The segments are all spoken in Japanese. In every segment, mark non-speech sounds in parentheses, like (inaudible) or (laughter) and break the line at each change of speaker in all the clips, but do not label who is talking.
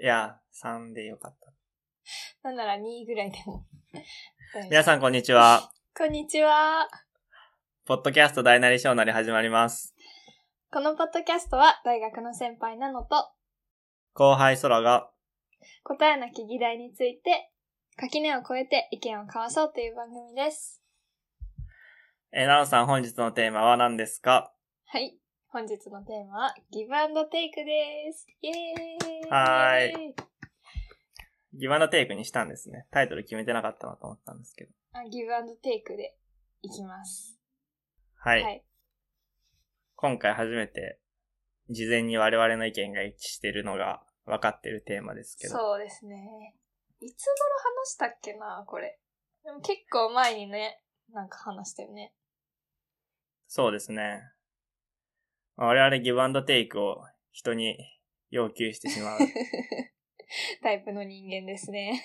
いや、3でよかった。
なんなら2位ぐらいでも。
皆さんこんにちは。
こんにちは。
ポッドキャスト大なり小なり始まります。
このポッドキャストは大学の先輩なのと
後輩空が、
答えなき議題について垣根を越えて意見を交わそうという番組です。
えー、なのさん本日のテーマは何ですか
はい。本日のテーマはギブアンドテイクです。イエーイ
はーギバのテイクにしたんですね。タイトル決めてなかったなと思ったんですけど。
あギブアンドテイクでいきます。
はい。
はい。
今回初めて、事前に我々の意見が一致してるのが分かってるテーマですけど。
そうですね。いつ頃話したっけな、これ。でも結構前にね、なんか話したよね。
そうですね。まあ我々ギブアンドテイクを人に要求してしまう。
(laughs) タイプの人間ですね。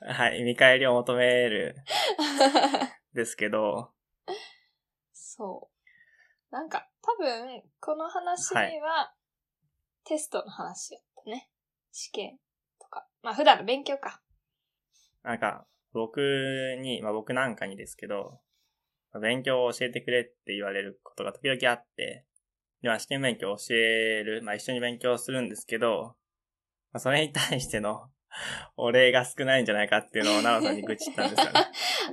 はい。見返りを求めるんですけど、
そう。なんか、多分、この話は、
はい
テストの話やったね。試験とか。まあ、普段の勉強か。
なんか、僕に、まあ僕なんかにですけど、勉強を教えてくれって言われることが時々あって、でまあ試験勉強を教える、まあ一緒に勉強するんですけど、まあそれに対しての (laughs) お礼が少ないんじゃないかっていうのを奈良さんに愚痴ったんです
(laughs)
よね。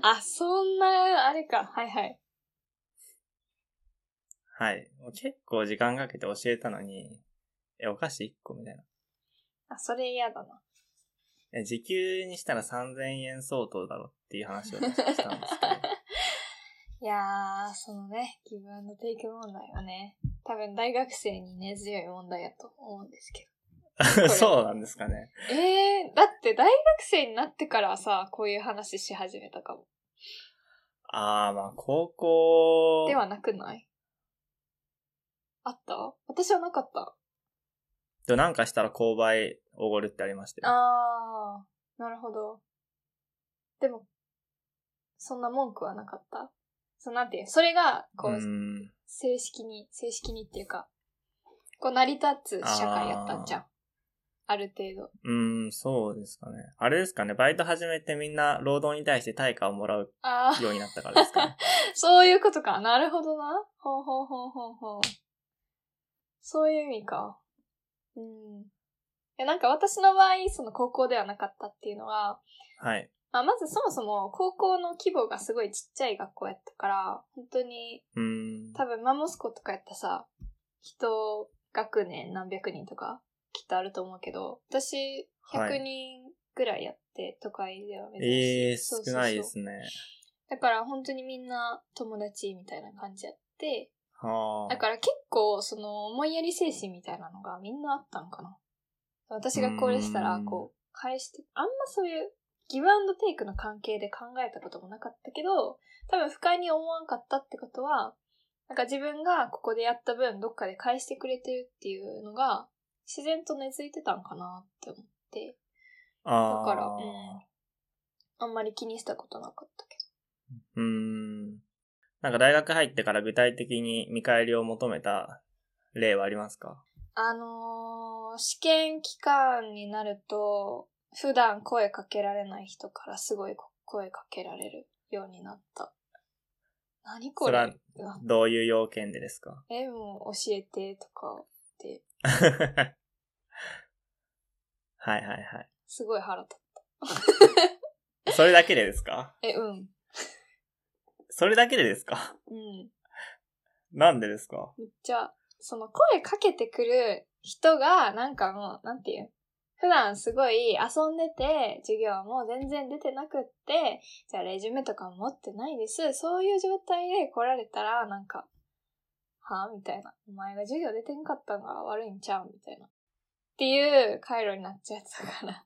あ、そんな、あれか。はいはい。
はい。もう結構時間かけて教えたのに、え、お菓子1個みたいな。
あ、それ嫌だな。
え、時給にしたら3000円相当だろっていう話を確かしたんですけど。
いやー、そのね、ギブアンドテイク問題はね、多分大学生に根強い問題やと思うんですけど。 (laughs)
そうなんですかね。
えー、だって大学生になってからはさ、こういう話し始めたかも。
あー、まあ高校。
ではなくないあった私はなかった。
で、なんかしたら購買おごるってありましたよ。
あー、なるほど。でも、そんな文句はなかった。そう、なんていう、それが、こう、
うん。
正式に、正式にっていうか、こう、成り立つ社会やったんじゃん。ある程度。
うん、そうですかね。あれですかね、バイト始めてみんな労働に対して対価をもらう
あー、
ようになったからです
(laughs)
か、ね、
そういうことか。なるほどな。ほうほうほうほうほう。そういう意味か。うん。いや、なんか私の場合、その高校ではなかったっていうのは、
はい。
まあ、まずそもそも高校の規模がすごいちっちゃい学校やったから、本当に
うん。
多分マンモスコとかやったらさ、人学年何百人とかきっとあると思うけど、私
は
100
い
人ぐらいやって、都会では珍しい。
ええ
そうそうそ
少
う
ないですね。
だから本当にみんな友達みたいな感じやって、
はあ。
だから結構、その、思いやり精神みたいなのがみんなあったんかな。私がこれし
う
たら
ーん、
こう、返して、あんまそういう、ギブアンドテイクの関係で考えたこともなかったけど、多分不快に思わんかったってことは、なんか自分がここでやった分、どっかで返してくれてるっていうのが、自然と根付いてたんかなって思って、だ
あ
から、う
ー
ん。あんまり気にしたことなかったけ
うん。なんか大学入ってから具体的に見返りを求めた例はありますか
ど。あのー、試験期間になると、普段声かけられない人からすごいこ声かけられるようになった。何これ
そらどういう要件でですか (laughs)
え、もう教えてとか、
はいはいは
すごい腹立っ
い。それだけでですか
た。え、うん。
それだけでですか
うん。
なんでですか
めっちゃ、その声かけてくる人が、なんかもう、なんていう普段すごい遊んでて、授業も全然出てなくって、じゃあレジュメとかも持ってないです。そういう状態で来られたら、なんか、はぁみたいな。お前が授業出てんかったんが悪いんちゃうみたいな。っていう回路になっちゃったから。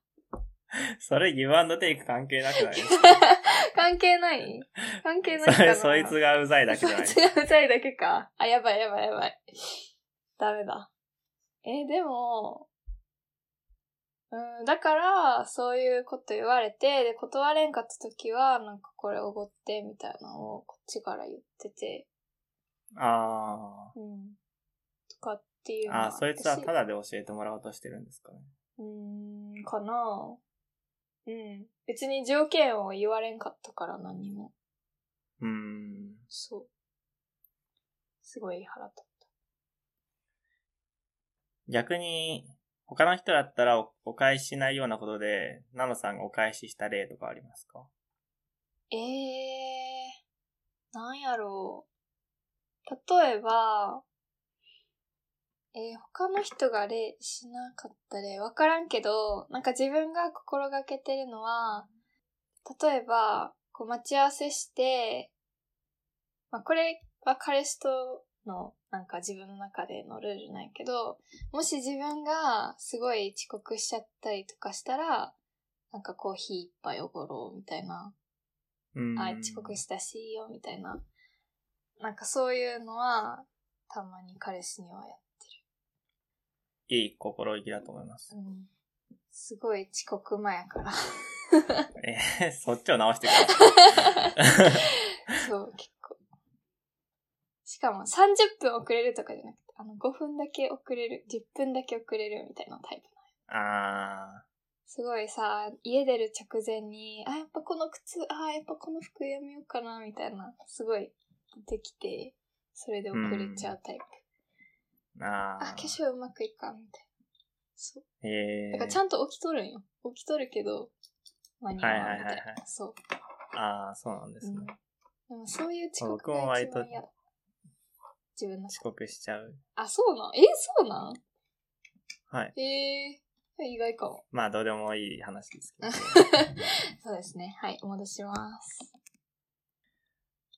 それギブアンドテイク関係なくないです
関係ない関係ない
かそ
か
れ
な
そいつがうざいだけ
(laughs)
じゃない
そいつがうざいだけか。あ、やばいやばいやばい。ダメだ。え、でも、うん、だから、そういうこと言われて、で、断れんかった時は、なんかこれおごって、みたいなのをこっちから言ってて、
あ
うん。とかっていう
ー
のは
あーそいつは
私
ただで教えてもらおうとしてるんですかね
うーん、
うん。
かなうん。別に条件を言われんかったから何にも。
うん。
そう。すごい腹立っ
逆に、他の人だったらおお返ししないようなことで、ナノさんがお返しした例とかありますか
た。えー、なんやろう。例えば、えー他の人が例しなかった例わからんけど、なんか自分が心がけてるのは、例えば、こう待ち合わせして、まあこれは彼氏とのなんか自分の中でのルールなんやけど、もし自分がすごい遅刻しちゃったりとかしたら、なんかコーヒー一杯おごろうみたいな
うん。
あ、遅刻したしいいよ、みたいな。なんかそういうのは、たまに彼氏にはや
いい心意気だと思います。
る。すごい遅刻前やから。 (laughs)
え (laughs) ーそっちを直してください。
そう、結構。しかも30分遅れるとかじゃなくて、あの5分だけ遅れる、10分だけ遅れるみたいなタイプ。
あ
すごいさ、家出る直前に、あ、やっぱこの靴、あ、やっぱこの服やめようかな、みたいな、すごい出てきて、それで遅れちゃうタイプ。
ー、あ
あ、化
ー。
粧うまくいかん、みたいな。そう。
え
だからち
ー、
ゃんと起きとるんよ。起きとるけど、間に合わんみた
はいはいは
い
いは
な。そう。
あー、そうなんです
うん、
ね。
でもそういう遅刻
僕も
が
割
一
と
番嫌だ。自分の。
遅刻しちゃう。
あ、そうなんえそうなん
はい。
えー、意外かも。
まあ、どうでもいい話ですけど。
そうですね。はい、戻します。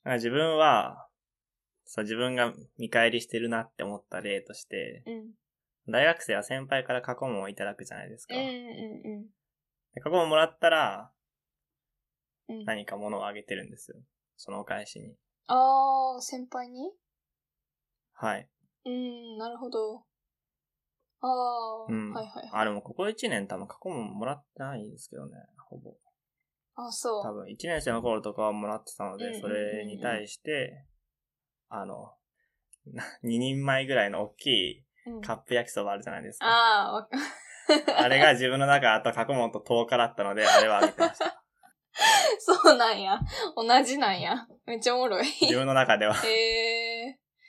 なんか自分は、そう、自分が見返りしてるなって思った例として、
うん。
大学生は先輩から過去問をいただくじゃないです
う
か。
んうん
で過去問もらったら、
うん。うん、
何か物をあげてるんですよ。そのお返しに。
あー、先輩に
はい。
うん、なるほど。あー、
うん
はいはいはい。
あ、でもここ1年多分過去問もらってないんですけどね、ほぼ。
あ、そう。
多分1年生の頃とかはもらってたの
うんうんうんう
で、
ん
それに対して、あの、2人前ぐらいの大きい
うん
カップ焼きそばあるじゃないですか。
あー、わか (laughs)
あれが自分の中、あと過去問と10日だったので、あれはあげてま
(laughs)
した。
そうなんや。同じなんや。めっちゃおもろい。
自分の中では。
へえー、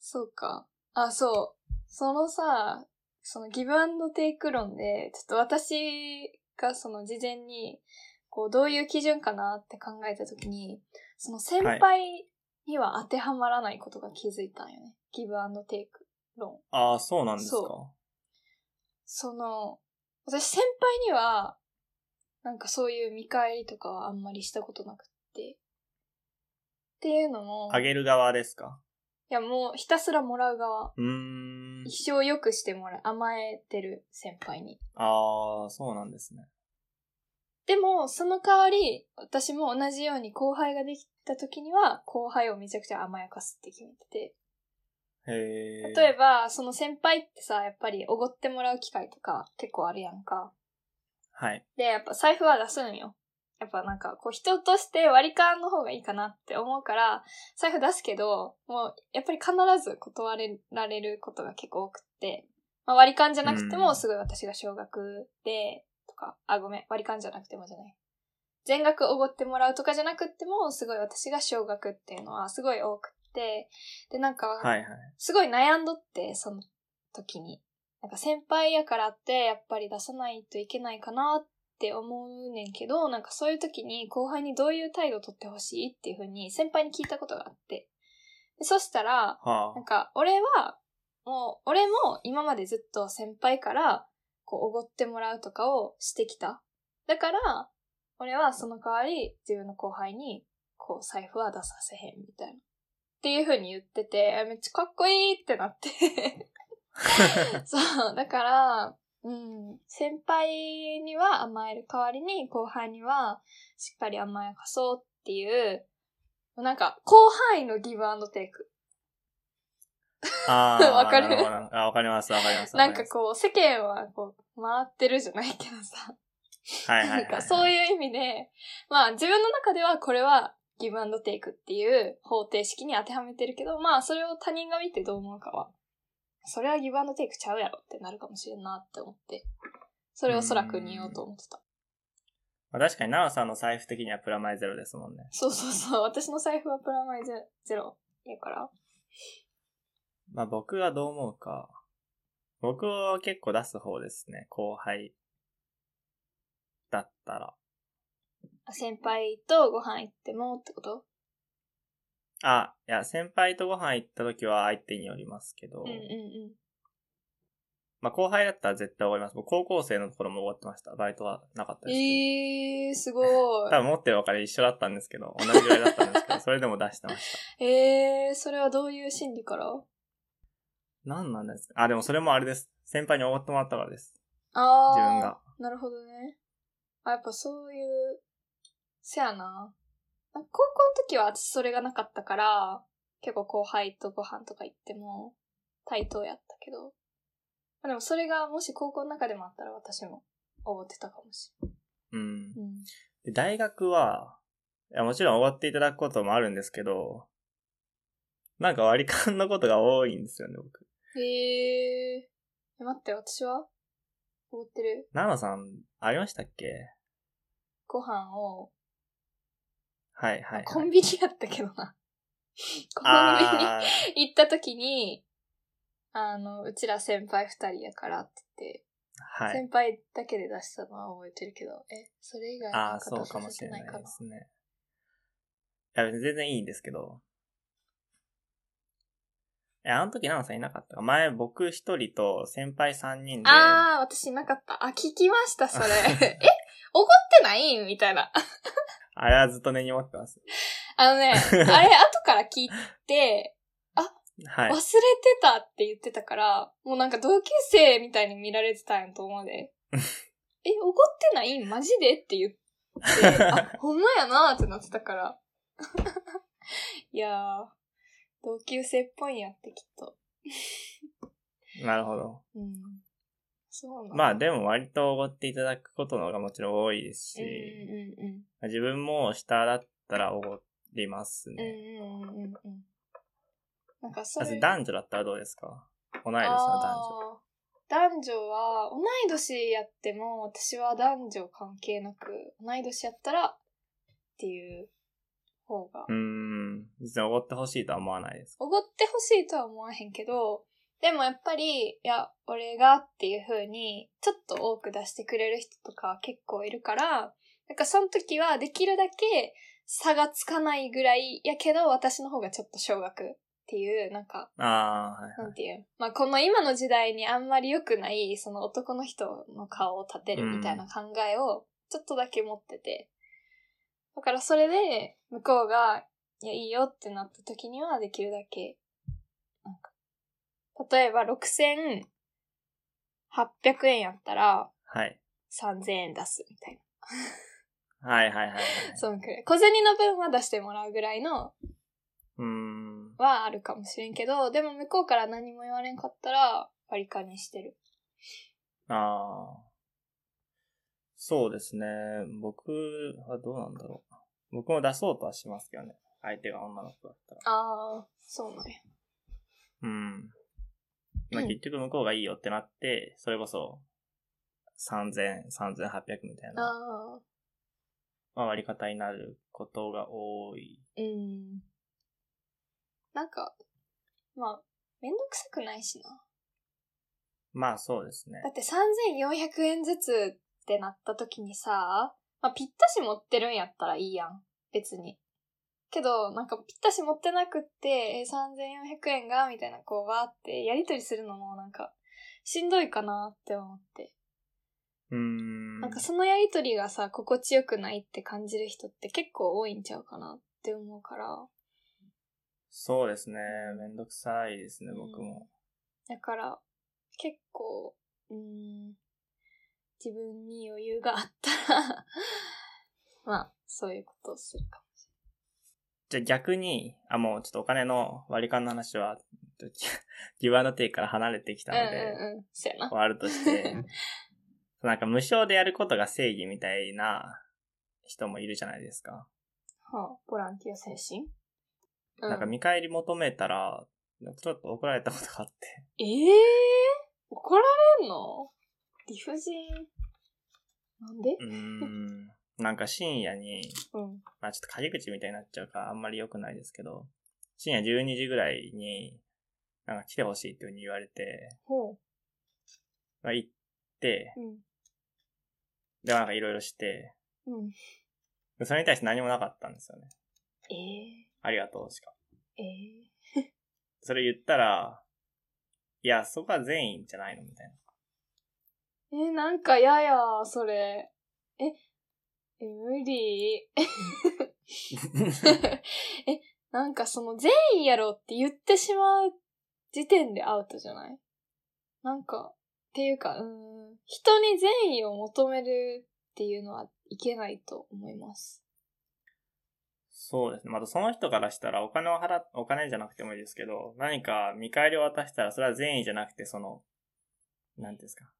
そうか。あ、そう。そのさ、そのギブアンドテイク論で、ちょっと私がその事前に、こう、どういう基準かなって考えたときに、その先輩には当てはまらないことが気づいたんよね。ギブアンドテイク論。
ああ、そうなんですか。
そその、私先輩には、なんかそういう見返りとかはあんまりしたことなくって。っていうのも、
あ
い
げる側ですか。
やもうひたすらもらう側。
うーん。
一生良くしてもらう、甘えてる先輩に。
ああ、そうなんですね。
でも、その代わり、私も同じように後輩ができた時には、後輩をめちゃくちゃ甘やかすって決めてて。
へえ。
例えば、その先輩ってさ、やっぱりおごってもらう機会とか結構あるやんか。
はい。
で、やっぱ財布は出すんよ。やっぱなんか、こう人として割り勘の方がいいかなって思うから、財布出すけど、もうやっぱり必ず断れられることが結構多くって、まあ、割り勘じゃなくて
う
も
ん
すごい私が少額で、とか、あ、ごめん、割り勘じゃなくてもじゃない。全額おごってもらうとかじゃなくっても、すごい私が少額っていうのはすごい多くって、で、なんか、
はいはい。
すごい悩んどって、その時に。なんか先輩やからって、やっぱり出さないといけないかなって思うねんけど、なんかそういう時に後輩にどういう態度をとってほしいっていうふうに先輩に聞いたことがあって。でそしたら、
は
なんか俺は、もう、俺も今までずっと先輩から、こう、おごってもらうとかをしてきた。だから、俺はその代わり自分の後輩に、こう、財布は出させへんみたいな。っていう風に言ってて、あめっちゃかっこいいってなって。そう、だから、うん、先輩には甘える代わりに、後輩にはしっかり甘やかそうっていう、なんか、広範囲のギブアンドテイク。
あ。
(laughs)
ああ。
わかる
なほどなあ、わかります、わかります。
なんかこう、世間はこう、回ってるじゃないけどさ。
う、 (laughs) はいは
ないん
は
か
い。
そう
う。
いう意味で、まあ自分の中ではこれはギブアンドテイクっていう方程式に当てはめてるけど、まあそれを他人が見てどう思うかは、それはギブアンドテイクちゃうやろってなるかもしれんなって思って。それを空くんに言おうと思ってた。
まあ、確かに奈良さんの財布的にはプラマイゼロですもんね。
そうそうそう。私の財布はプラマイゼゼロ。やから。
まあ僕はどう思うか。僕は結構出す方ですね。後輩。だったら。
先輩とご飯行ってもってこと
あ、いや、先輩とご飯行った時は相手によりますけど、
うんうんうん。
まあ後輩だったら絶対終わります。僕高校生の頃も終わってました。バイトはなかったですけど。
えー、すご
多分持ってるお金一緒だったんですけど、同じぐらいだったんです
(laughs)
けど、それでも出してました。
い。えー、それはどういう心理から
何なんですかあ、でもそれもあれです。先輩におごってもらったからです。
あー。
自分が。
なるほどね。あ、やっぱそういう、せやな。なんか高校の時は私それがなかったから、結構後輩とご飯とか行っても対等やったけど。まあでもそれがもし高校の中でもあったら私も思ってたかもし
うん。
れん。うん。
で大学は、いやもちろん終わっていただくこともあるんですけど、なんか割り勘のことが多いんですよね、僕。
へえ。ー。え待って、私は思ってる
奈野さん、ありましたっけ
ご飯を、
はいはい、はい。
コンビニやったけど
(laughs)
な。コンビニ
あー
行った時に、あの、うちら先輩二人やからって言って、
はい。
先輩だけで出したのは覚えてるけど、え、それ以外
あ
な
あ、
んか
そう
出
かも
さ
し
せ
れな
てないい
で
かな。
すね。いや、別に全然いいんですけど。いや、あの時奈野さんいなかったか前、僕一人と先輩三人で、
ああ、私なかった。あ、聞きました、そ
(laughs)
れ。え、怒ってないみたいな。
あれはずっと根に持ってます。
あのね、あれ、後から聞いて、
はい
忘れ。てたって言ってたから、もうなんか同級生みたいに見られてたんやと思
(laughs)
うで。え、怒ってないマジでって言って、あ、ほんまやなーってなってたから。 (laughs) いやー、同級生っぽいんやってきっと。
なるほど。
うん。そうなん
まあでも割とおごっていただくことの方がもちろん多いです
うん
し、
うんうん
自分も下だったらおごります
うん。
ね。
うんうんうんうんうん。なんかそ
だっ
れ
て。男女だったらどうですか同い年の男
あー男女は、同い年やっても、私は男女関係なく、同い年やったら、っていう方が
女。うーん。別におごってほしいとは思わないです。
おごってほしいとは思わへんけど、でもやっぱり、いや、俺がっていう風に、ちょっと多く出してくれる人とかは結構いるから、なんかその時はできるだけ差がつかないぐらいやけど、私の方がちょっと少額っていう、なんか、
ああ、はい
なんていう。まあ、この今の時代にあんまり良くない、その男の人の顔を立てるみたいな考えを、ちょっとだけ持ってて。だからそれで、向こうが、いや、いいよってなった時には、できるだけ、なんか、例えば6800円やったら、
はい。
3000円出すみたい
はいはいはいはい。
な。そのくらい。小銭の分は出してもらうぐらいの
うーん。
はあるかもしれんけど、でも向こうから何も言われんかったら、割り勘にしてる。
ああ。そうですね。僕はどうなんだろう。僕も出そうとはしますけどね。相手が女の子だったら。
ああ、そうなんや。
うん。まあ、
うん
結局向こうがいいよってなって、それこそ、3000、3800みたいな、
ああ、
まあ、割り方になることが多い。
うん。なんか、まあ、めんどくさくないしな。
まあそうですね
だ。って3400円ずつってなった時にさ、まあ、ぴったし持ってるんやったらいいやん。別に。けど、なんかぴったし持ってなくって、えー3400円が、みたいな、こう、わーってやりとりするのもなんか、しんどいかなって思って。
うーん。
なんかそのやりとりがさ、心地よくないって感じる人って結構多いんちゃうかなって思うから。
そうですね。めんどくさいですね、僕も。
だから、結構、うーん、自分に余裕があったら、 (laughs) まあ、そういうことをするかも。
じゃあ逆に、あ、もうちょっとお金の割り勘の話は、 (laughs) ちょっとギブアンドテイクから離れてきたので、
うんうんうん。そうやな。
終わると
(laughs)
して、なんか無償でやることが正義みたいな人もいるじゃないですか。
はあ、ボランティア精神う
なんか見返り求めたら、ちょっと怒
(laughs)
られたことがあって。
ええー、怒られんの理不尽。で
うーん。なんか深夜に、
うん。
まあちょっと陰口みたいになっちゃうからあんまり良くないですけど、深夜12時ぐらいに、なんか来てほしいっていうふうに言われて、
ほ
まあ行って
う。、うん。
で、なんかいろいろして、
うん。
でそれに対して何もなかったんですよね。
え
ありがとうしか。
ー、え
それ言ったら、いや、そこは善意じゃないのみたいな。
ー、えー、なんかやや、それ。え、え、無理。え、なんかその善意やろって言ってしまう時点でアウトじゃないなんか、っていうか、うーん、人に善意を求めるっていうのはいけないと思います。
そうですね。またその人からしたらお金を払っ、お金じゃなくてもいいですけど、何か見返りを渡したらそれは善意じゃなくて、その、なんていうんですか。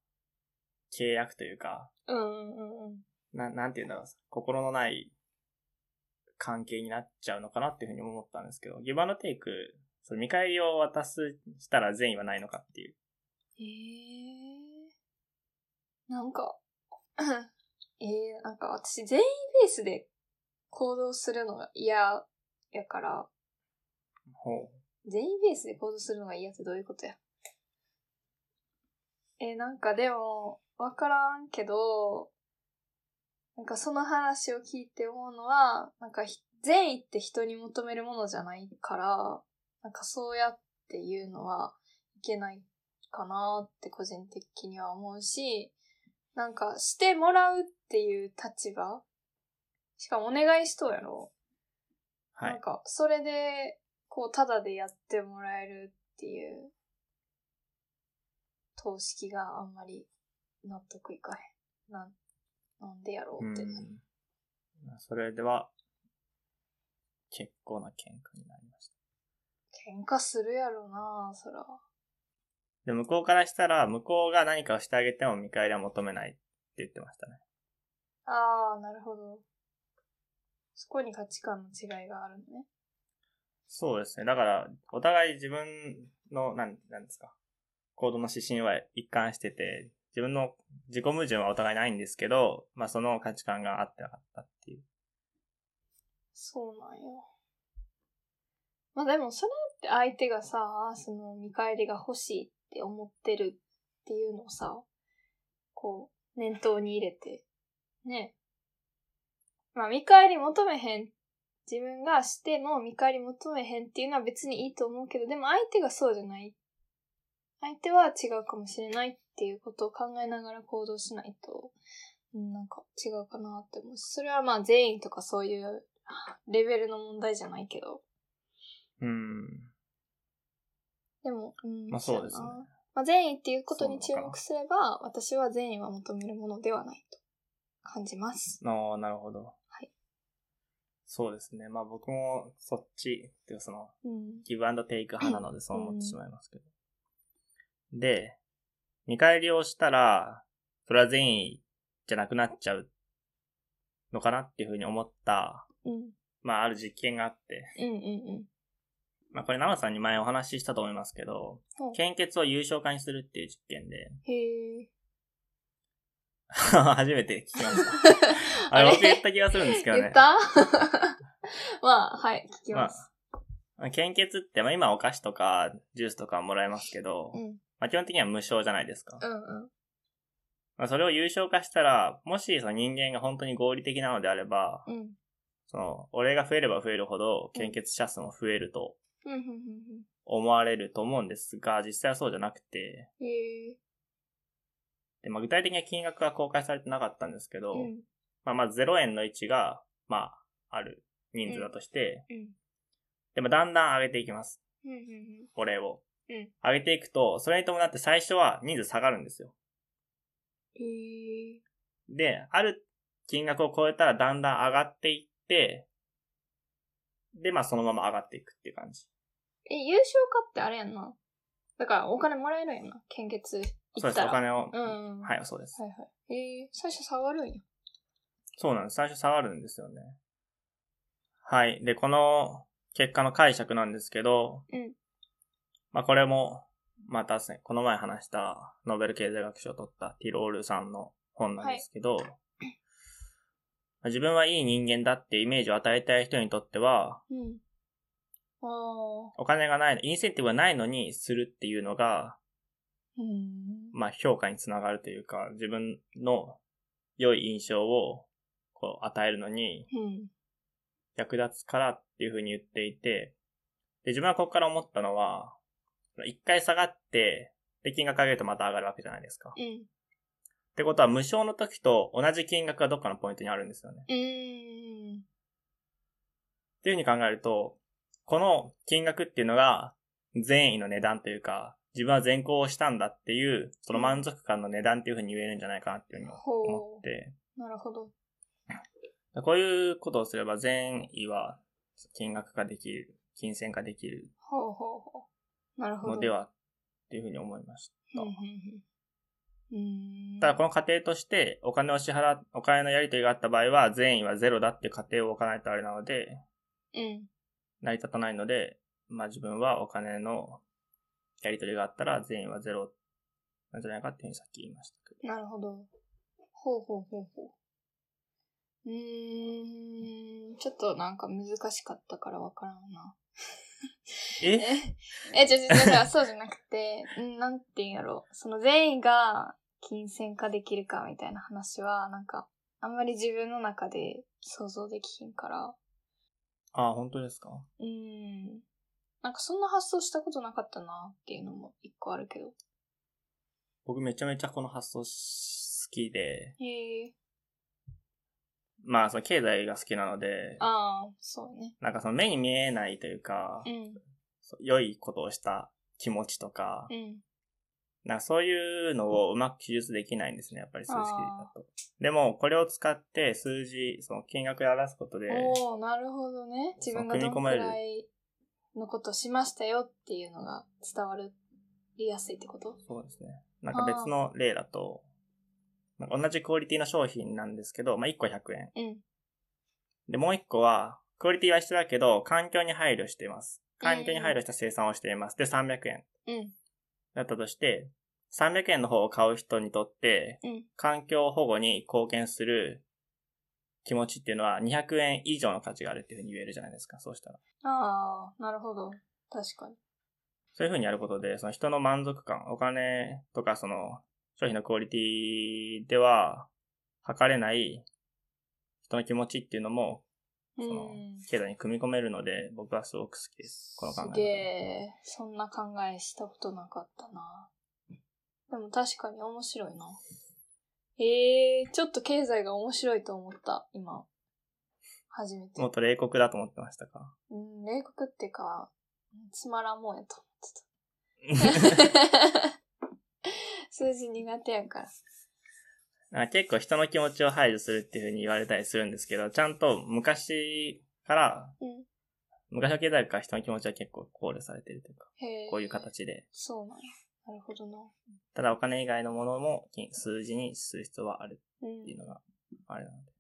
契約というか、
うんうんうん。
な、なんて言うんだろう。心のない関係になっちゃうのかなっていうふうに思ったんですけど、ギバのテイク、その見返りを渡す、したら善意はないのかっていう。
えー、なんか、 (laughs) えー、なんか私善意ベースで行動するのが嫌やから、
ほ
全員ベースで行動するのが嫌ってどういうことやえーなんかでも、わからんけど、なんかその話を聞いて思うのは、なんかひ善意って人に求めるものじゃないから、なんかそうやって言うのはいけないかなって個人的には思うし、なんかしてもらうっていう立場しかもお願いしとうやろ
う。は
なん
い。
か、それで、こう、ただでやってもらえるっていう、投資式があんまり納得いかへん。なん、なんでやろ
う
うんって。。
それでは、結構な喧嘩になりました。
喧嘩するやろなそら。
で、向こうからしたら、向こうが何かをしてあげても見返りは求めないって言ってましたね。
あー、なるほど。そこに価値観の違いがあるのね。
そうですね。だから、お互い自分の、なん、なんですか。行動の指針は一貫してて、自分の自己矛盾はお互いないんですけど、まあその価値観が合ってなかったっていう。
そうなんよ。まあでもそれって相手がさ、その見返りが欲しいって思ってるっていうのをさ、こう、念頭に入れて、ね。まあ見返り求めへん。自分がしても見返り求めへんっていうのは別にいいと思うけど、でも相手がそうじゃない。相手は違うかもしれないっていうことを考えながら行動しないと、うんなんか違うかなって思うし、それはまあ全員とかそういうレベルの問題じゃないけど。
うん。
でも、うん
まあそうですね
やなまあ、善意っていうことに
そ
注
うなのか
目すれば、私は善意は求めるものではないと感じます。
ああ、なるほど。
はい。
そうですね。まあ僕もそっち、っていうかその、
うん。
ギブアンドテイク派なのでそう思ってしまいますけど。で、見返りをしたら、それは善意じゃなくなっちゃうのかなっていうふうに思った、
うん。
まあある実験があって、
うんうんうん。
まあこれ奈良さんに前お話ししたと思いますけど
はい、
献血を優勝化にするっていう実験で、 (laughs)
へえ。
初めて聞きました。あ
(laughs) あれ
れ僕言った気がするんですけどね。
言った (laughs) まあ、はい、聞きます。
まあ、献血って、まあ今お菓子とかジュースとかもらえますけど、
うん。
まあ基本的には無償じゃないですか。
うんうん。
まあ、それを優勝化したら、もしその人間が本当に合理的なのであれば、
うん。
その、お礼が増えれば増えるほど、献血者数も増えると
うんうんうん
思われると思うんですが、実際はそうじゃなくて、
うん。へえ。
でまあ、具体的な金額は公開されてなかったんですけど、
うん。
まあ、まず0円の位置が、まあ、ある人数だとして、
うん。
でもだんだん上げていきます。
うんうん
お礼を。
うん
上げていくと、それに伴って最初は人数下がるんですよ。
うん。へえ。
で、ある金額を超えたらだんだん上がっていって、で、まあそのまま上がっていくっていう感じ。
え、優勝かってあれやんな。だからお金もらえるんやんな。献血
そう
行っ
です、
た
お
ら。
金を。
うんうん。
はい、そうです。
はいはい。えー、最初下がるんや。
そうなんです。最初下がるんですよね。はい。で、この結果の解釈なんですけど、
うん
まあこれも、またですね、この前話したノーベル経済学賞を取ったティロールさんの本なんですけど、まあ自分はいい人間だってイメージを与えたい人にとっては、
うん。ああ。
お金がない、インセンティブがないのにするっていうのが、
うん。
まあ評価につながるというか、自分の良い印象をこう与えるのに
うん。
役立つからっていうふうに言っていて、で、自分はここから思ったのは、一回下がって、で、金額上げるとまた上がるわけじゃないですか。っ
うん。
てことは、無償の時と同じ金額がどっかのポイントにあるんですよね。
うん。
っていうふうに考えると、この金額っていうのが善意の値段というか、自分は善行をしたんだっていう、その満足感の値段っていうふうに言えるんじゃないかなっていうふうに思
ほ
って、
う。なるほど。
こういうことをすれば善意は金額ができる、金銭ができる
ほうほうほう。なるほど。
のではっていうふうに思いまし
う
た
んうん。うん。うん。
ただこの過程としてお金を支払、お金のやり取りがあった場合は善意はゼロだっていう過程を置かないとあれなので、
うん。
成り立たないので、まあ自分はお金のやり取りがあったら全員はゼロなんじゃないかっていうふうにさっき言いましたけど。
なるほど。ほうほうほうほう。うーん。ちょっとなんか難しかったからわからんな。
え
(laughs) え、ちょ、ちょ、ちょちょ、そうじゃなくて、うんなんて言うんやろう。その善意が金銭化できるかみたいな話は、なんか、あんまり自分の中で想像できひんから。
ああ、本当ですか
うん。なんかそんな発想したことなかったなっていうのも一個あるけど。
僕めちゃめちゃこの発想し好きで、
へえ。
まあその経済が好きなので、
ああ、そうね。
なんかその目に見えないというか、
うん。
そう良いことをした気持ちとか、
うん。
なんかそういうのをうまく記述できないんですね、やっぱり数式だと。でも、これを使って数字、その金額で表すことで、
おおなるほどね。自分がどのく
組み込
らいのことしましたよっていうのが伝わりやすいってこと
そうですね。なんか別の例だと、なんか同じクオリティの商品なんですけど、まあ、1個100円。
うん。
で、もう1個は、クオリティは一緒だけど、環境に配慮しています。環境に配慮した生産をしています。で、300円。
うん。
だったとして、300円の方を買う人にとって、
うん。
環境保護に貢献する気持ちっていうのは200円以上の価値があるっていうふうに言えるじゃないですか、そうしたら。
ああ、なるほど。確かに。
そういうふうにやることで、その人の満足感、お金とかその商品のクオリティでは測れない人の気持ちっていうのも、
う
その
ん。
経済に組み込めるので、僕はすごく好きです。この考
すげ
え
え、そんな考えしたことなかったな。でも確かに面白いな。ええー、ちょっと経済が面白いと思った、今。初めて
方。も。っと冷酷だと思ってました
(laughs)
か
うん、冷酷っていうか、つまらんもんやと
なん
思ってた。
(laughs)
数字苦手やから。
か結構人の気持ちを排除するっていうふうに言われたりするんですけど、ちゃんと昔から、
うん
昔の経済学から人の気持ちは結構考慮されてるというか、
へえ。
こういう。形で。
そうなんや。なるほどな。
ただお金以外のものも金数字にする必要はある
う。
っていうんのが、あれなので。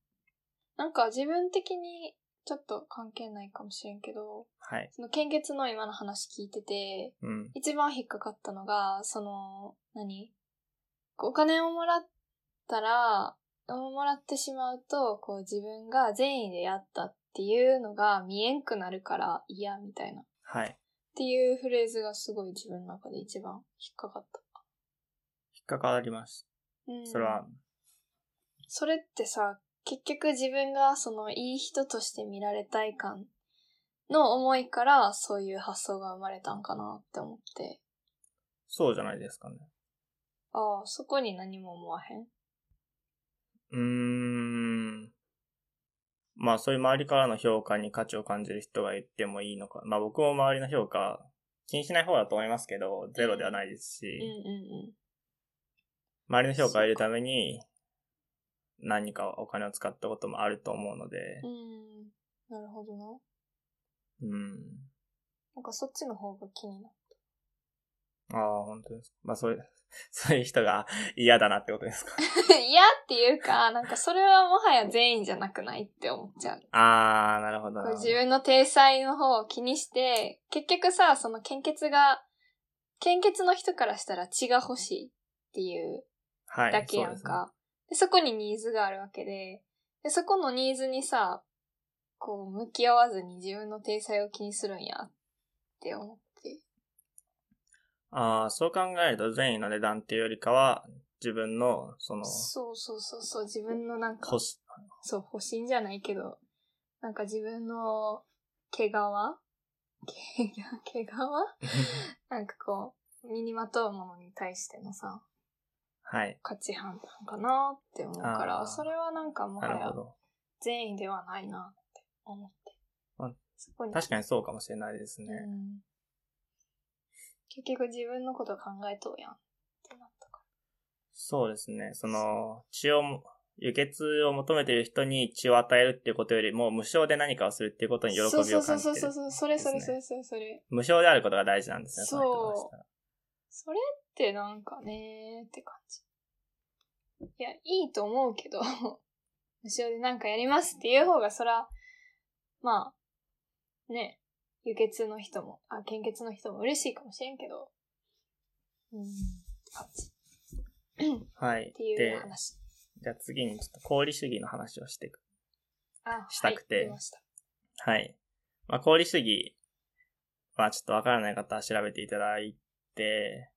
なんか自分的にちょっと関係ないかもしれんけど、
はい。
その献血の今の話聞いてて、
うん。
一番引っかかったのが、その、何お金をもらったら、もらってしまうと、こう自分が善意でやったっていうのが見えんくなるから嫌みたいな。っ
はい。
ていうフレーズがすごい自分の中で一番引っかかった。
引っかかります。
うん、
それは、
それってさ、結局自分がそのいい人として見られたい感の思いからそういう発想が生まれたんかなって思って。
そうじゃないですかね。
ああ、そこに何も思わへん。
うーん。まあ、そういう周りからの評価に価値を感じる人がいてもいいのか。まあ、僕も周りの評価、気にしない方だと思いますけど、ゼロではないですし、
うんうんうん。
周りの評価を得るために、何かお金を使ったこともあると思うので、
うん。なるほどな。
うん。
なんかそっちの方が気になる。 (laughs)
ああ、本当ですか。まあ、そういう、 (laughs) そういう人が嫌だなってことですか。
嫌っていうか、なんかそれはもはや善意じゃなくないって思っちゃう。
ああ、なるほど
こ
な
う。自分の体裁の方を気にして、結局さ、その献血が、献血の人からしたら血が欲しいっていう
はい。
だけやん
そうですね
か。でそこにニーズがあるわけで、で、そこのニーズにさ、こう、向き合わずに自分の体裁を気にするんやって思って。
ああ、そう考えると善意の値段っていうよりかは、自分の、その、
そうそうそうそう、自分のなんか
欲、し、
そう、保身じゃないけど、なんか自分の毛皮毛皮毛皮
(laughs)
なんかこう、身にまとうものに対してのさ、
はい。
価値判断かなって思うから、
あー
それはなんかもは
なる
や
ほど。
善意ではないなって思って。
うん
そこに、
確かにそうかもしれないですね。
うん結局自分のこと考えとうやんってなったか
そうですね。その、血をも、輸血を求めている人に血を与えるっていうことよりも、無償で何かをするっていうこと
ら。
に喜びを感じて
そうそうそう
る。
そう、それそれ
です
そ
ね
れそれそれ。
無償であることが大事なんですね、
そう
の人からしたら
それってなんかねーって感じ。いや、いいと思うけど、 (laughs) 無償でなんかやりますっていう方が、そら、まあ、ね、輸血の人も、あ、献血の人も嬉しいかもしれんけど、うん、って感じ。っ
はい。
ていう
で、
話。
じゃあ次にちょっと功利主義の話をしていく。
あ、
したくて
はい、出ました
はい。まあ、功利主義はちょっとわからない方は調べていただいて、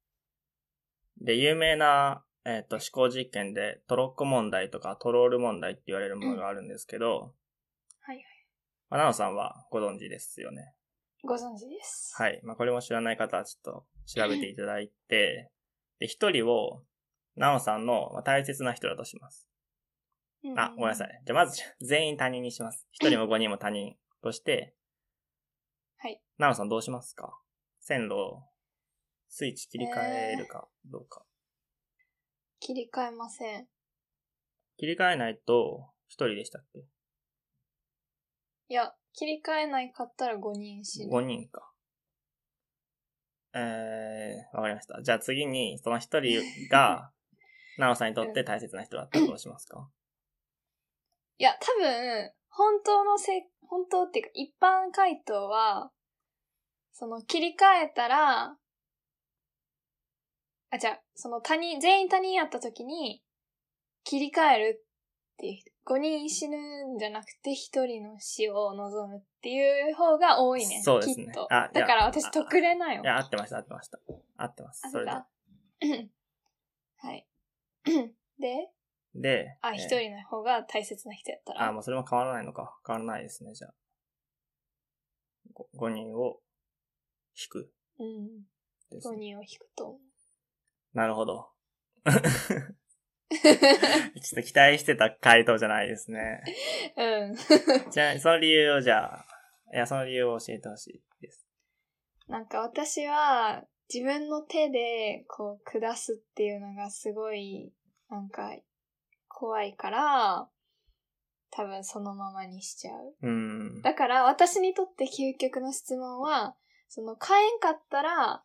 で、有名な、えっ、と、思考実験でトロッコ問題とかトロール問題って言われるものがあるんですけど、
はいはい。
まあ、なおさんはご存知ですよね。
ご存知です。い。
はい。まあ、これも知らない方はちょっと調べていただいて、で、一人を、なおさんのまあ大切な人だとします。あ、ごめんなさ
い。
い。じゃあまず、全員他人にします。一人も五人も他人として、
はい。
なおさんどうしますか線路をスイッチ切り替えるかどうか。
切り替えません。
切り替えないと、一人でしたっけ
いや、切り替えないかったら5人死ぬ。
?5 人か。えー、わかりました。じゃあ次に、その一人
(laughs)
が、なおさんにとって大切な人だったらどうしますか
いや、多分、本当のせ、本当っていうか、一般回答は、その、切り替えたら、あ、じゃあ、その他人、全員他人やった時に、切り替えるっていう、5人死ぬんじゃなくて、1人の死を望むっていう方が多いね。
そうですね
きっと。
あいや
だから私、特例なんよ。
いや、合ってました、合ってました。合ってます。
あ、
そ
そ
れ
う
で。
か。 (laughs) はい。 (clears throat) で、
で、え
あ、
ー
一、人の方が大切な人やったら。
あ、もうそれも変わらないのか。変わらないですね、じゃあ。5人を引く
うん。
です
5
ね、
人を引くと思う。
なるほ
(laughs)
ど。ちょっと期待してた回答じゃないですね。
うん。 (laughs)
じゃあ、その理由をじゃあ、いや、その理由を教えてほしいです。
なんか私は自分の手でこう下すっていうのがすごいなんか怖いから多分そのままにしちゃう。
うーん。
だから私にとって究極の質問はその変えんかったら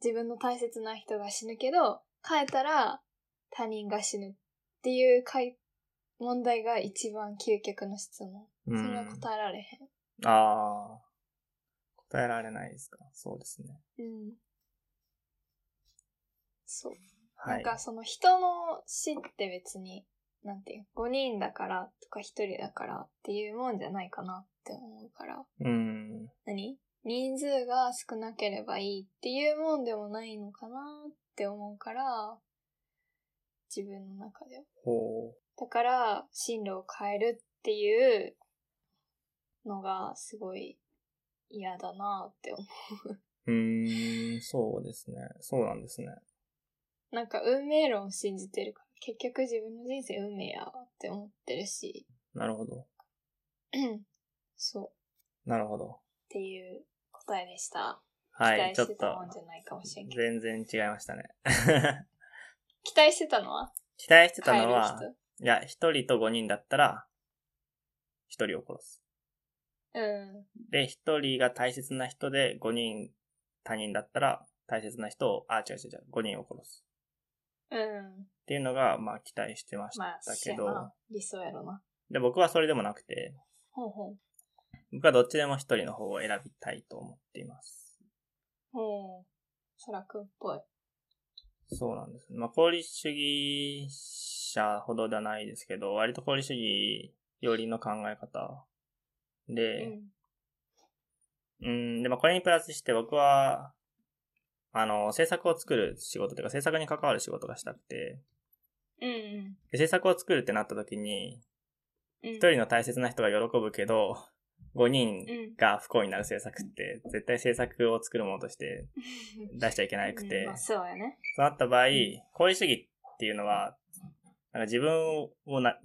自分の大切な人が死ぬけど変えたら他人が死ぬっていう回問題が一番究極の質問。
う
そ
ー
れは
ん。
答えられへん。
あー。答えられないですか。そうですね。
うん。そう。
は
なん
い。
かその人の死って別に、なんていう、5人だからとか1人だからっていうもんじゃないかなって思うから。
うーん。
何人数が少なければいいっていうもんでもないのかなって思うから、自分の中では。
ほう。
だから、進路を変えるっていうのがすごい嫌だなって思う
うーん、そうですね。そうなんですね。
なんか運命論を信じてるから、結局自分の人生運命やわって思ってるし、 (clears throat)
なるほど。
そうっ
なるほど。
ていう答えでした。
は
期
い、
待
ちょっ
して
と、
たもんじゃないかもしれんけど。
全然違いましたね。 (laughs)
期待してたのは
期待してた
変え
の
る
は、いや、一人と五人だったら、一人を殺す。
人。うん。
で、一人が大切な人で、五人他人だったら、大切な人を、あ、違う違う違う、五人を殺す。
うん。
っていうのが、まあ、期待してまし
まあ、
た
そ
け
うや
ど、
な。理想やろな。
で、僕はそれでもなくて、
ほうほう。
僕はどっちでも一人の方を選びたいと思っています。
ほう。そらくんっぽい。
そうなんです。まあ、功利主義者ほどではないですけど、割と功利主義よりの考え方。
う
で、
ん。
うん、で、まあ、これにプラスして僕は、あの、制作を作る仕事というか、制作に関わる仕事がしたくて、
うんうん。
で制作を作るってなった時に、
一
一人の大切な人が喜ぶけど、5人
うん。
が不幸になる制作って、絶対制作を作るものとして出しちゃいけなく
う
て
んまあ、そうやね。
そうなった場合
ん、
行為主義っていうのは、なんか自分をな、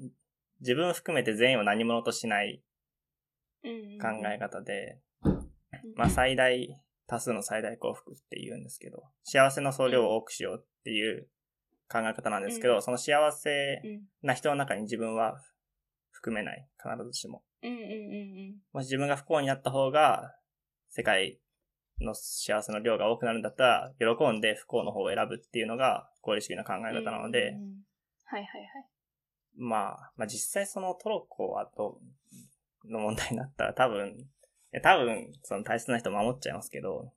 自分含めて全員を何者としない
うんうん。
考え方で、
うん
まあ最大、多数の最大幸福って言うんですけど、幸せの総量を多くしようっていう考え方なんですけ
う
ど、その幸せ
うん
な人の中に自分は含めない、必ずしも。
うんうんうん
もし自分が不幸になった方が、世界の幸せの量が多くなるんだったら、喜んで不幸の方を選ぶっていうのが、合理主義の考え
うん。
方なので、
うんうんうん。はいはいはい。
まあ、まあ実際そのトロッコはと、の問題になったら多分、いや多分、その大切な人守っちゃいますけど、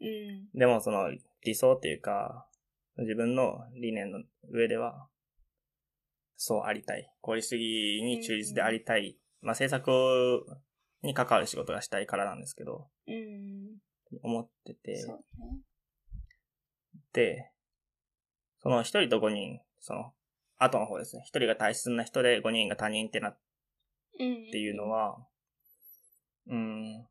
うん。
でもその理想っていうか、自分の理念の上では、そうありたい。合理主義に忠実でありたい。まあ政策をに関わる仕事がしたいからなんですけど、
うん。
思ってて、
そうね。
で、その一人と五人、その、後の方ですね。一人が大切な人で五人が他人ってなっ
うん。
っていうのは、うーん、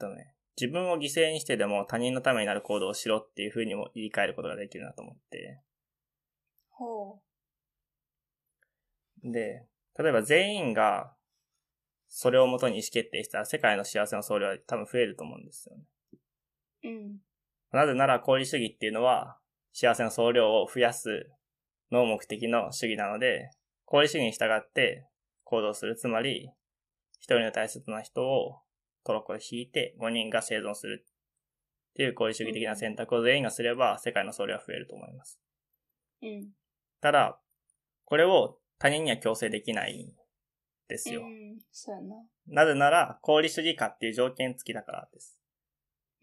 とね、自分を犠牲にしてでも他人のためになる行動をしろっていう風にも言い換えることができるなと思って。
ほ
で、例えば全員が、それをもとに意思決定したら世界の幸せの総量は多分増えると思うんですよね。
う。うん。
なぜなら、功利主義っていうのは、幸せの総量を増やすのを目的の主義なので、功利主義に従って行動する。つまり、一人の大切な人をトロッコで引いて5人が生存するっていう功利主義的な選択を全員がすれば、世界の総量は増えると思います。
うん。
ただ、これを他人には強制できないんですよ
う。ん。そうやな。
なぜなら、功利主義かっていう条件付きだからです。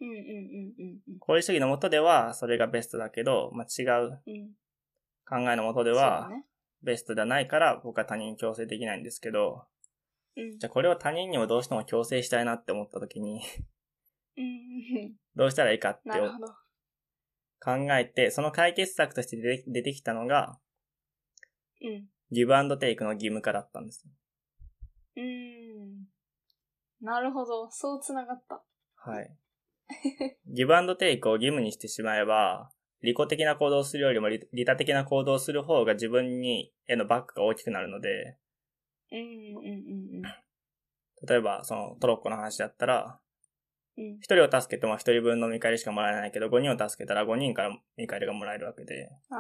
うんうんうんうんうん。
功利主義のもとでは、それがベストだけど、まあ、違う
うん。
考えのもとで
で
は、ベストではないから僕は他人に強制できないんですけど、
うん
じゃあこれを他人にもどうしても強制したいなって思った時に、 (laughs)
うんうん
どうしたらいいかって
なるほど。
考えて、その解決策として出て出てきたのが、
うん。
ギブアンドテイクの義務化だったんですよ。
うん。なるほど。そうつながった。
はい。ギブアンドテイクを義務にしてしまえば、利己的な行動をするよりも利利他的な行動をする方が自分に、へのバックが大きくなるので、
うんうんうん
例えばそのトロッコの話だったら、
うん。うん。
一人を助けても一人分の見返りしかもらえないけど、五人を助けたら五人から見返りがもらえるわけで、
あ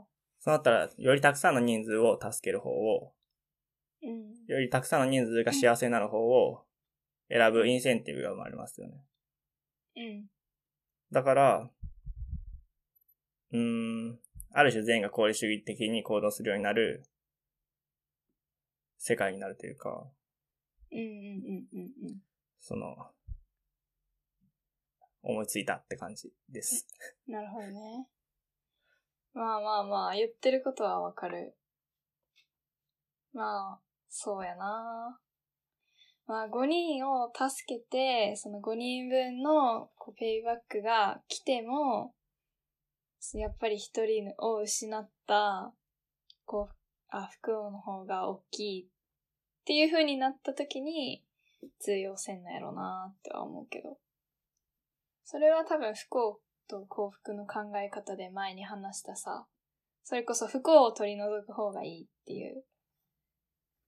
あ。
そうなったら、よりたくさんの人数を助ける方を、
うん。
よりたくさんの人数が幸せになる方を選ぶインセンティブが生まれますよね。
うん。
だから、うーん、ある種全員が功利主義的に行動するようになる世界になるというか、
うんうんうんうんうん。
その、思いついたって感じです。
(laughs) なるほどね。まあまあまあ、言ってることはわかる。まあ、そうやな。まあ、5人を助けて、その5人分のこうペイバックが来ても、やっぱり1人を失った、こう、あ、不幸の方が大きいっていう風になった時に通用せんのやろなっては思うけど。それは多分不幸と幸福の考え方で前に話したさ、それこそ不幸を取り除く方がいいっていう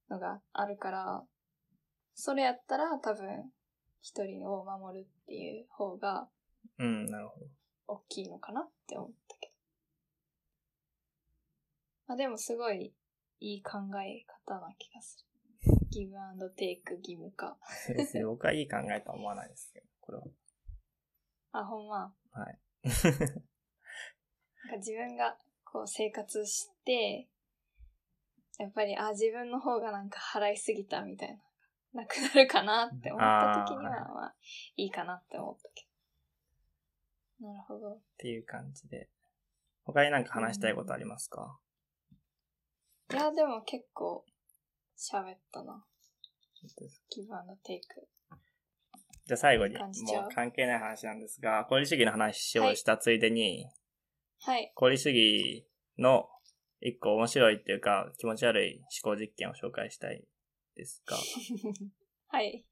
のがあるから、それやったら多分一人を守るっていう方が
うん、なるほど。
大きいのかなって思ったけど。まあでもすごいいい考え方な気がする。ギブアンドテイク義務化。
別に僕はいい考えとは思わないですけど、これは。 (laughs)
あ、ほんま。
はい。
なんか自分がこう生活して、やっぱり、あ、自分の方がなんか払いすぎたみたいな、なくなるかなって思った時には、
あ
まあ、いいかなって思ったけど。なるほど。
っていう感じで。他になんか話したいことありますか
いや、でも結構喋ったな。ギブアンドテイク。
じゃあ最後に、も
感じちゃう
う関係ない話なんですが、功利主義の話をしたついでに、 (laughs)
はい。
功利主義の一個面白いっていうか、気持ち悪い思考実験を紹介したいですが、
(laughs) はい。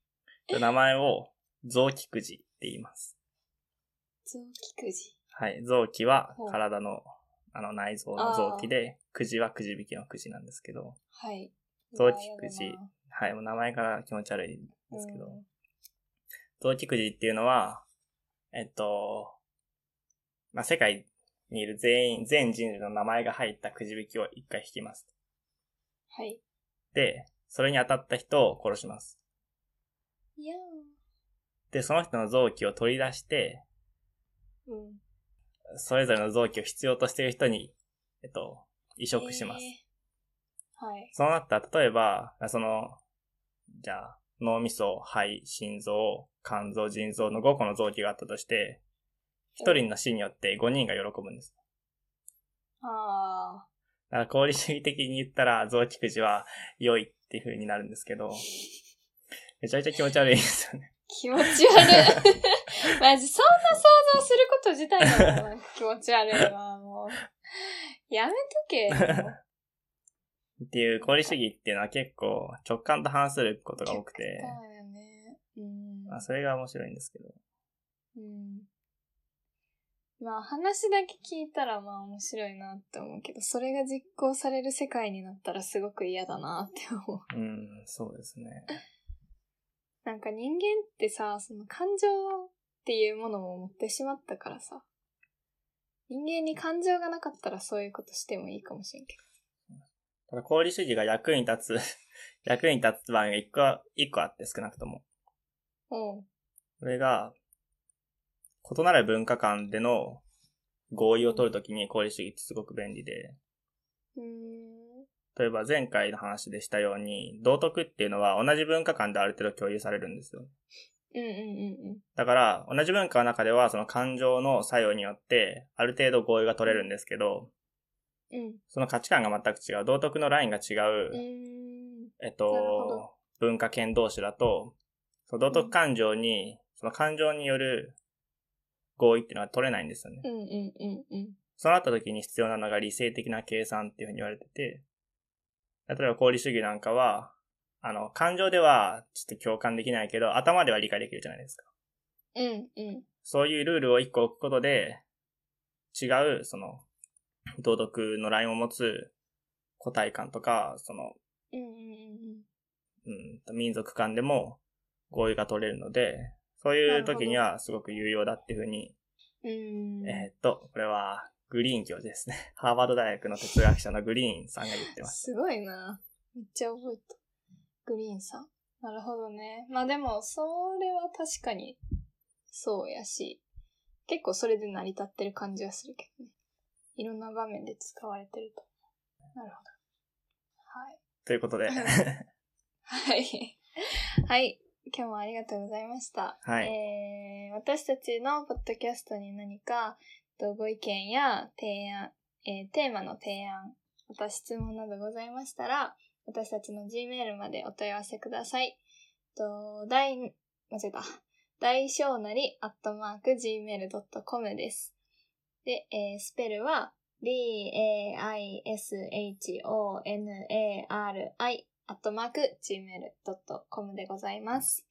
名前を臓器くじって言います。
臓器くじ。
はい。臓器は
ほう
体の、あの内臓の臓器で、くじはくじ引きのくじなんですけど、
はい。
臓器くじ
いややだな
はい。もう名前から気持ち悪いんですけど、
うん
臓器くじっていうのは、えっと、まあ、世界にいる全員、全人類の名前が入ったくじ引きを一回引きます。
はい。
で、それに当たった人を殺します。
いや
で、その人の臓器を取り出して、
ー。うん。
それぞれの臓器を必要としている人に、えっと、移植します。
えーはい。
そうなったら、例えば、その、じゃあ、脳みそ、肺、心臓、肝臓、腎臓の5個の臓器があったとして、1人の死によって5人が喜ぶんです。
ああ。
だから、功利主義的に言ったら、臓器くじは良いっていう風になるんですけど、めちゃめちゃ気持ち悪いですよね。
気持ち悪い。マジ、そんな想像すること自体がもう気持ち悪いわ、もう。やめと
(laughs)
けよ。
っていう、功利主義っていうのは結構直感と反することが多くて、
そうよね。うん。
まあ、それが面白いんですけど。
うん。まあ話だけ聞いたらまあ面白いなって思うけど、それが実行される世界になったらすごく嫌だなって思う。 (laughs)
うん、そうですね。
なんか人間ってさ、その感情っていうものも持ってしまったからさ。人間に感情がなかったらそういうことしてもいいかもしれんけ
ただ、功利主義が役に立つ、役に立つ場面が一個は、一個あって少なくとも。
ど。うん。
それが、異なる文化間での合意を取るときに功利主義ってすごく便利で、
うーん。
例えば前回の話でしたように、道徳っていうのは同じ文化間である程度共有されるんですよ。
うんうんうんうん。
だから、同じ文化の中ではその感情の作用によって、ある程度合意が取れるんですけど、
うん。
その価値観が全く違う、道徳のラインが違う
う、ーん。
えっ
なるほど
と、文化圏同士だと、その道徳感情に、その感情による合意っていうのは取れないんですよね。
うんうんうんうん。
そうなった時に必要なのが理性的な計算っていうふうに言われてて、例えば功利主義なんかは、あの、感情ではちょっと共感できないけど、頭では理解できるじゃないですか。
うんうん。
そういうルールを一個置くことで、違う、その、道徳のラインを持つ個体感とか、その、
うんうん
うんと、民族間でも合意が取れるので、そういう時にはすごく有用だっていうふうに、
うん。うん。
えーっと、これはグリーン教授ですね。 (laughs) ハーバード大学の哲学者のグリーンさんが言ってます。
すごいな。めっちゃ覚えた。グリーンさん。なるほどね。まあでも、それは確かに、そうやし、結構それで成り立ってる感じはするけどね。いろんな場面で使われてると。なるほど。はい。
ということ (laughs) で、
はい。はい。今日もありがとうございました。
はい
えー私たちのポッドキャストに何かえっとご意見や提案、えーテーマの提案、また質問などございましたら、私たちの Gmail までお問い合わせください。えっと、大、間違えた。大小なり、アットマーク、gmail.com です。で、えースペルは、d-a-i-s-h-o-n-a-r-i アットマーク gmail.com でございます。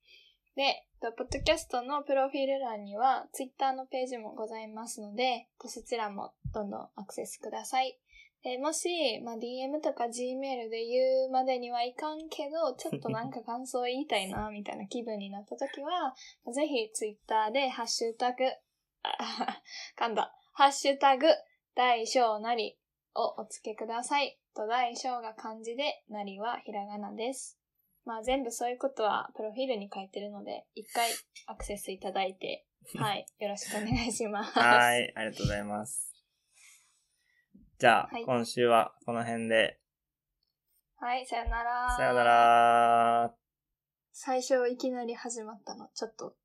で、えっとポッドキャストのプロフィール欄にはツイッターのページもございますので、えっとそちらもどんどんアクセスください。えーもし、まあ、DM とか Gmail で言うまでにはいかんけど、ちょっとなんか感想言いた
(laughs)
いな、みたいな気分になった時は、ぜひツイッターでハッシュタグ、あ (laughs) 噛んだ、ハッシュタグ、大小なりをお付けください。と大小が漢字で、なりはひらがなです。まあ全部そういうことはプロフィールに書いてるので、一回アクセスいただ
(laughs)
いて、はい、よろしくお願いします。
は。い、ありがとうございます。じゃあ、
はい
今週はこの辺で、
はい、さよなら。
さよな。
(laughs)
ら。 (laughs)
最初いきなり始まったの。ちょっと、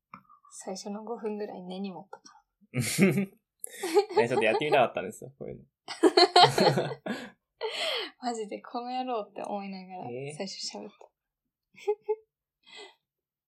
最初の5分ぐらい根に持ったか
ね、ちょっとやってみたかったんですよ、こういうの。
(laughs) ら。マジでこの野郎って思いながら
えー
最初喋った。